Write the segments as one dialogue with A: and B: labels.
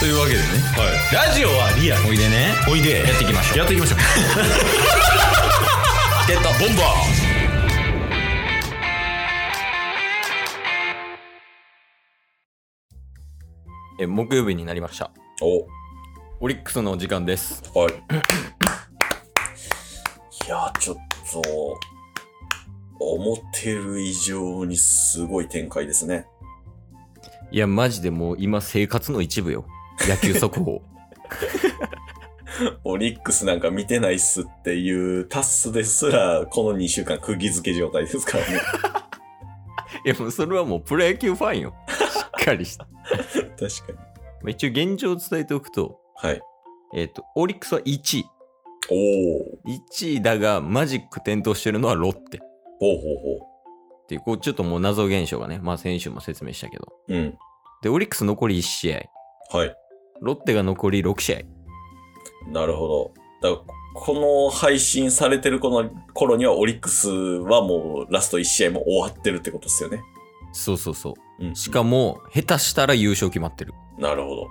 A: というわけでね、ラジオはリアおいでね
B: おいで
A: やっていきましょう
B: やって いきましょう
A: ゲットボンバーえ木曜日になりましたオリックスの時間です
C: おはいいやちょっと思ってる以上にすごい展開ですね
A: いやマジでもう今生活の一部よ野球速報
C: オリックスなんか見てないっすっていうタスですらこの2週間釘付け状態で すからね
A: いやもうそれはもうプロ野球ファンよしっかりした
C: 確かに
A: まあ一応現状を伝えておくと
C: はい
A: えっ、とオリックスは1位
C: おー
A: 1位だがマジック点灯してるのはロッテっ
C: ほうほうほ
A: ていうこうちょっともう謎現象がねまあ先週も説明したけど
C: ううん
A: でオリックス残り1試合
C: はい
A: ロッテが残り6試合
C: なるほどだからこの配信されてるこの頃にはオリックスはもうラスト1試合も終わってるってことですよね、
A: そうそうそう
C: うん、
A: しかも下手したら優勝決まってる
C: なるほど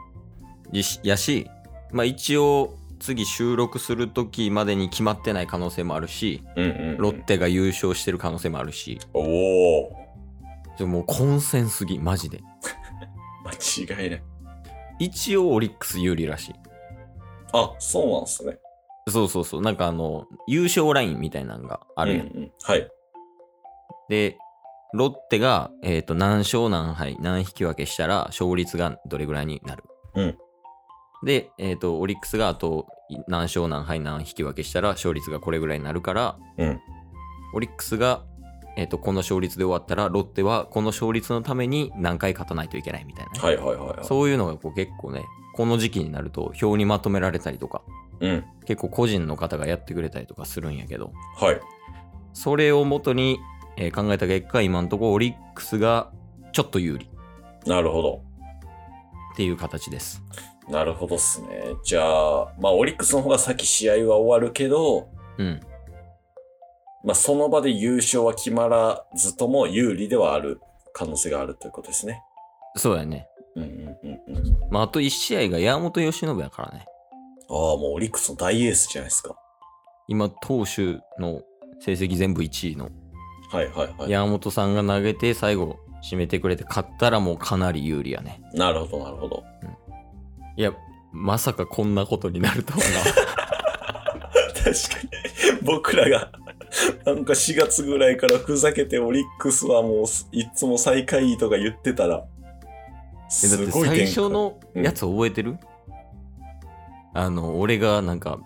A: いしやしまあ一応次収録する時までに決まってない可能性もあるし
C: うんうんうん
A: ロッテが優勝してる可能性もあるし
C: おお
A: でももう混戦すぎマジで
C: 間違いない。
A: 一応オリックス有利らし
C: あ、そうなんすね。
A: いそうそうそうなんかあの優勝ラインみたいなのがあるやん
C: うんうんはい。
A: で、ロッテが、えー、と何勝何敗、何引き分けしたら勝率がどれぐらいになる。
C: うん
A: で、えーと、オリックスがあと何勝何敗、何引き分けしたら勝率がこれぐらいになるから、
C: うん
A: オリックスが、えー、とこの勝率で終わったら、ロッテはこの勝率のために何回勝たないといけないみたいな。
C: はいはいはいはい。
A: そういうのがこう結構ね、この時期になると表にまとめられたりとか、
C: うん。
A: 結構個人の方がやってくれたりとかするんやけど。
C: はい。
A: それをもとに、えー考えた結果、今のところオリックスがちょっと有利っ
C: なるほど。
A: ていう形です。
C: なるほどっすね。じゃあ、まあ、オリックスの方が先試合は終わるけど、
A: うん。
C: まあ、その場で優勝は決まらずとも有利ではある可能性があるということですね。
A: そうやね。
C: うんうんうんうん。あ
A: まあ、あと1試合が山本由伸やからね。
C: あ、もうオリックスの大エースじゃないですか。
A: 今、投手の成績全部1位の
C: はいはいはい。
A: 山本さんが投げて、最後、締めてくれて、勝ったらもうかなり有利やね。
C: なるほどなるほど。
A: いや、まさかこんなことになると はな。
C: 確かに僕らがなんか4月ぐらいからふざけてオリックスはもうすいつも最下位とか言ってた
A: え
C: ら
A: だっ
C: す
A: て
C: ごい展開
A: 最初のやつ覚えてる、あの、俺がなんか、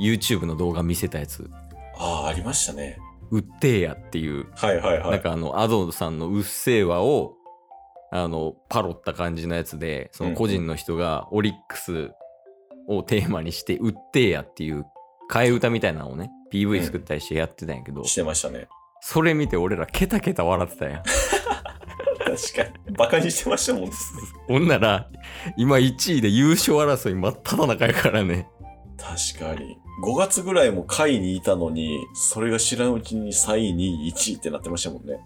A: YouTube の動画見せたやつ、
C: ああありましたね
A: 売ってえやっていう。
C: はいはい
A: な
C: は
A: ん
C: い
A: かあの、アドさんのうっせぇわを、あの、パロった感じのやつで、その個人の人がオリックスをテーマにして、売ってーやっていう替え歌みたいなのをね、PV 作ったりしてやってたんやけど、
C: してましたね
A: それ見て俺らケタケタ笑ってたやん。
C: 確かにバカにしてましたもんね
A: ほんなら、今1位で優勝争い真っ只中やからね。
C: 確かに5月ぐらいも下位にいたのにそれが知らんうちに3位2位1位ってなってましたもんね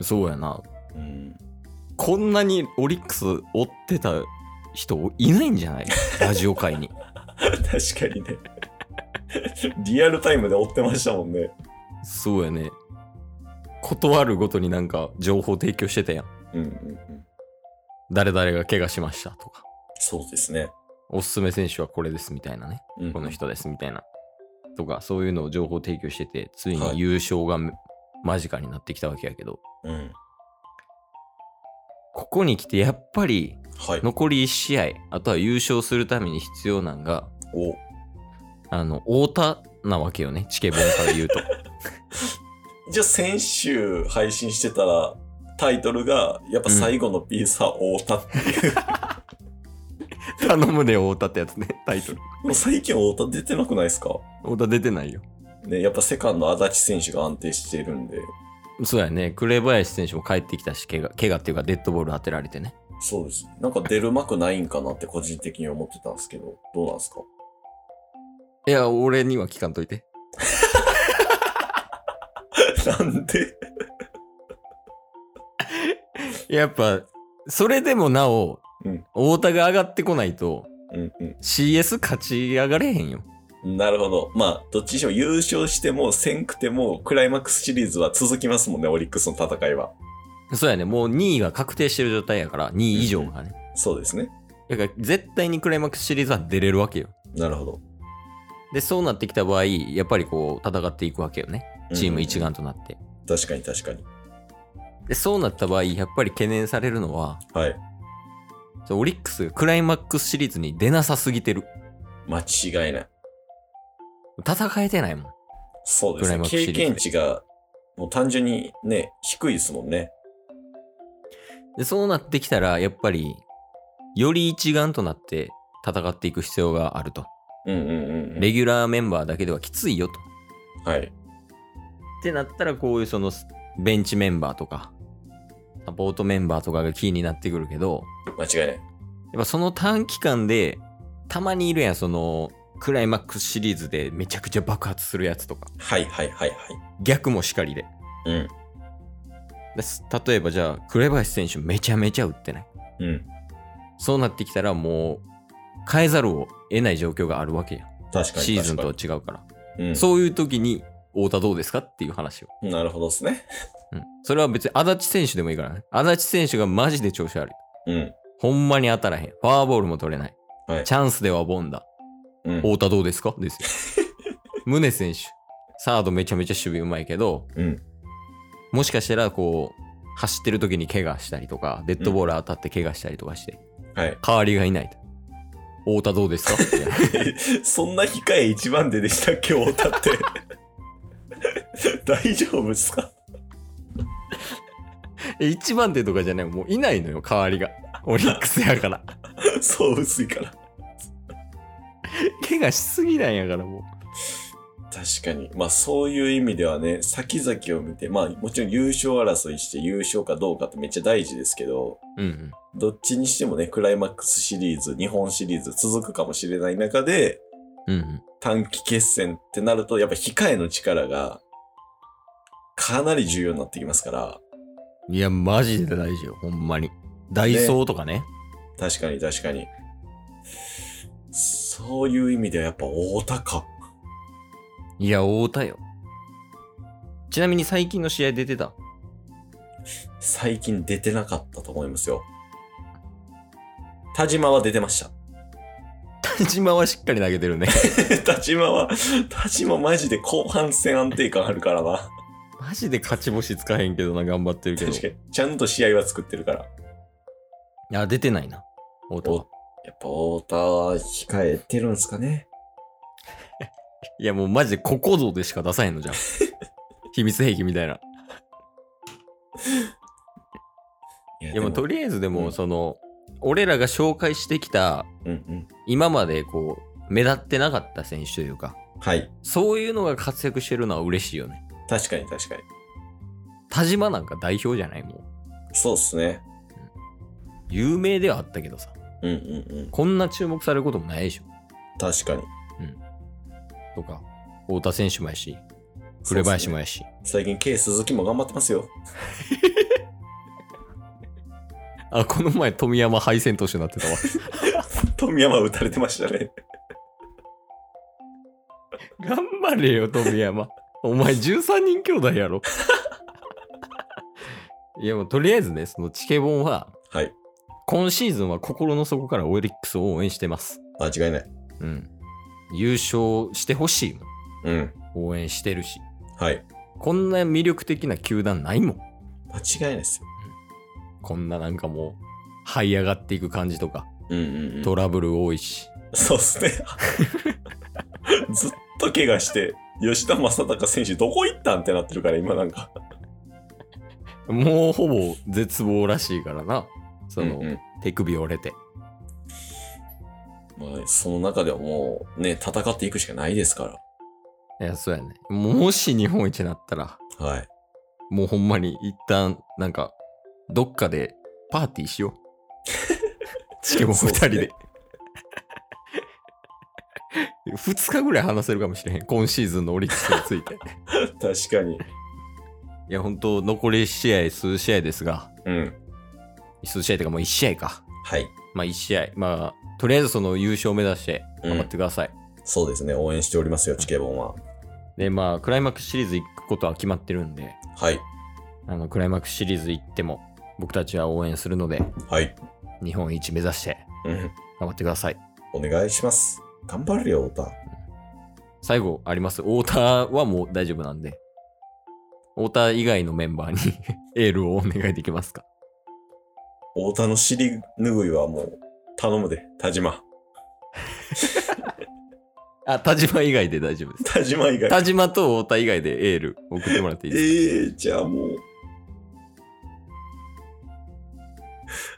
A: そうやな。
C: うん
A: こんなにオリックス追ってた人いないんじゃないラジオ界に。
C: 確かにねリアルタイムで追ってましたもんね
A: そうやね。断るごとになんか情報提供してたやん。
C: うんうんうん
A: 誰々が怪我しましたとか、
C: そうですね、
A: おすすめ選手はこれですみたいなね、
C: うん、
A: この人ですみたいな。とか、そういうのを情報提供してて、つい
C: は
A: に
C: い
A: 優勝が間近になってきたわけやけど、
C: うん
A: ここに来てやっぱり
C: はい
A: 残り1試合、あとは優勝するために必要なんが、
C: お
A: あの、太田なわけよね、チケボンから言うと。
C: じゃあ先週配信してたらタイトルがやっぱ最後のピースは太田っていう、
A: 頼むで太田ってやつね、タイトル。
C: もう最近太田出てなくないですか
A: 太田出てないよ。
C: ね、やっぱセカンド足立選手が安定しているんで
A: そうやね、紅林選手も帰ってきたし、怪我怪我っていうかデッドボール当てられてね。
C: そうですなんか出るまくないんかなって個人的に思ってたんですけどどうなん ですか
A: いや、俺には聞かんといて。
C: なんで
A: やっぱ、それでもなお、
C: うん
A: 太田が上がってこないと、
C: うんうん
A: CS 勝ち上がれへんよ。
C: なるほど。まあ、どっちにしても優勝しても、せんくても、クライマックスシリーズは続きますもんね、オリックスの戦いは。
A: そうやね、もう2位が確定してる状態やから、2位以上がね。
C: そうですね。
A: だから絶対にクライマックスシリーズは出れるわけよ。
C: なるほど。
A: で、そうなってきた場合、やっぱりこう、戦っていくわけよね。チーム一丸となって。
C: うん。確かに確かに。
A: で、そうなった場合、やっぱり懸念されるのは、
C: はい。
A: そのオリックスがクライマックスシリーズに出なさすぎてる。
C: 間違いない。
A: 戦えてないもん。
C: そうです
A: クライ
C: ね。
A: マックスシリ
C: 経
A: ーズ
C: 験値が、もう単純にね、低いですもんね。
A: で、そうなってきたら、やっぱり、より一丸となって戦っていく必要があると。
C: うんうんうんうん。
A: レギュラーメンバーだけではきついよと。っ
C: はい。
A: てなったら、こういうその、ベンチメンバーとか、サポートメンバーとかがキーになってくるけど、
C: 間違いな
A: や
C: い。
A: っぱその短期間で、たまにいるやん、その、クライマックスシリーズでめちゃくちゃ爆発するやつとか、
C: はいはいはいは
A: 逆もしかりで。
C: い。うん。
A: です例えばじゃあ、紅林選手めちゃめちゃ打ってない。
C: うん。
A: そうなってきたらもう、変えざるを得ない状況があるわけやん。
C: 確かに。
A: シーズンとは
C: 確
A: 違うから。
C: かに。うん、
A: そういう時に、太田どうですかっていう話を。
C: なるほどですね。
A: うん。それは別に足立選手でもいいからね。足立選手がマジで調子悪い。
C: うん。
A: ほんまに当たらへん。フォアボールも取れない。
C: はい
A: チャンスではボンダ。
C: うん。
A: 太田どうですかです よ。宗選手。サードめちゃめちゃ守備うまいけど、
C: うん
A: もしかしたらこう、走ってる時に怪我したりとか、デッドボール当たって怪我したりとかして、
C: はい。
A: 代わりがいないと。太田どうですかみたいな
C: そんな控え一番手でしたっけ、太田って。 大丈夫ですか
A: え一番手とかじゃない、もういないのよ、代わりが。オリックスやから。
C: そう薄いから。
A: 怪我しすぎなんやから、もう。
C: 確かに。まあそういう意味ではね、先々を見て、まあもちろん優勝争いして優勝かどうかってめっちゃ大事ですけど、
A: うんうん。
C: どっちにしてもね、クライマックスシリーズ、日本シリーズ続くかもしれない中で、
A: うんうん。
C: 短期決戦ってなると、やっぱ控えの力が、かなり重要になってきますから、
A: いや、マジで大事よ、ほんまに。ダイソーとかね。
C: 確かに確かに。そういう意味ではやっぱ大田か。
A: いや、太田よ。ちなみに最近の試合出てた
C: 最近出てなかったと思いますよ。田島は出てま した。
A: 田島はしっかり投げてる ね。
C: 田島は、田島マジで後半戦安定感あるからな。
A: マジで勝ち星つかへんけどな、頑張ってるけど。
C: 確か
A: い
C: に。ちゃんと試合は作ってるから。
A: や、出てないな、太田は
C: お。やっぱ太田は控えてるんですかね。
A: いや、もうマジでここぞでしか出さへんの じゃん。秘密兵器みたいな。
C: いや
A: いや、もう
C: で
A: とりあえずでも、
C: うん
A: その、俺らが紹介してきた、
C: うんうん。
A: 今までこう、目立ってなかった選手というか、
C: はい。
A: そういうのが活躍してるのは嬉しいよね。
C: 確かに確かに。
A: 田島なんか代表じゃないもう。
C: そうっすね。
A: 有名ではあったけどさ、
C: うんうんうん。
A: こんな注目されることもないでしょ。
C: 確かに。
A: とか、太田選手もやし、紅林もやし、
C: そうっすね最近 K 鈴木も頑張ってますよ。
A: あ、この前富山敗戦投手になってたわ。
C: 富山打たれてましたね。
A: 頑張れよ、富山。お前13人兄弟やろ。 いや、もうとりあえずね、そのチケボンは、
C: はい。
A: 今シーズンは心の底からオリックスを応援してます。
C: 間違いない。
A: うん。優勝してほしいも
C: うん。
A: ん。応援してるし。
C: はい。
A: こんな魅力的な球団ないもん。
C: 間違いないですよ。
A: こんななんかもう、這い上がっていく感じとか、
C: うんうんうん
A: トラブル多いし。
C: そうっ すね。ずっと怪我して、吉田正尚選手どこ行ったんってなってるから、今なんか。
A: もうほぼ絶望らしいからな。その、
C: うんうん
A: 手首折れて。
C: まあねその中ではもうね、戦っていくしかないですか
A: いや、そうやね。もし日本一になったら、
C: ら。はい。
A: もうほんまに一旦、なんか、どっかでパーティーしよう。チケボン
C: そう
A: 二
C: っす
A: 人
C: ね
A: で。2日ぐらい話せるかもしれへん。今シーズンのオリックスについて。
C: 確かに。
A: いや、本当残り試合、数試合ですが、
C: うん。
A: 数試合というかもう1試合か。
C: はい。
A: まあ1試合、まあ、とりあえずその優勝を目指して
C: うん
A: 頑張ってください。
C: そうですね、応援しておりますよ、チケボンは。
A: で、まあ、クライマックスシリーズ行くことは決まってるんで、
C: はい。
A: あの、クライマックスシリーズ行っても、僕たちは応援するので、
C: はい。
A: 日本一目指して
C: うん。
A: 頑張ってください。
C: お願いします。頑張るよ、太田。
A: 最後あります。太田はもう大丈夫なんで、太田以外のメンバーに エールをお願いできますか。
C: 太田の尻拭いはもう、頼むで、田島。
A: あ、田島以外で大丈夫です。
C: 田島以外。
A: 田島と太田以外でエール送ってもらっていい
C: え
A: です
C: ー、じゃあもう。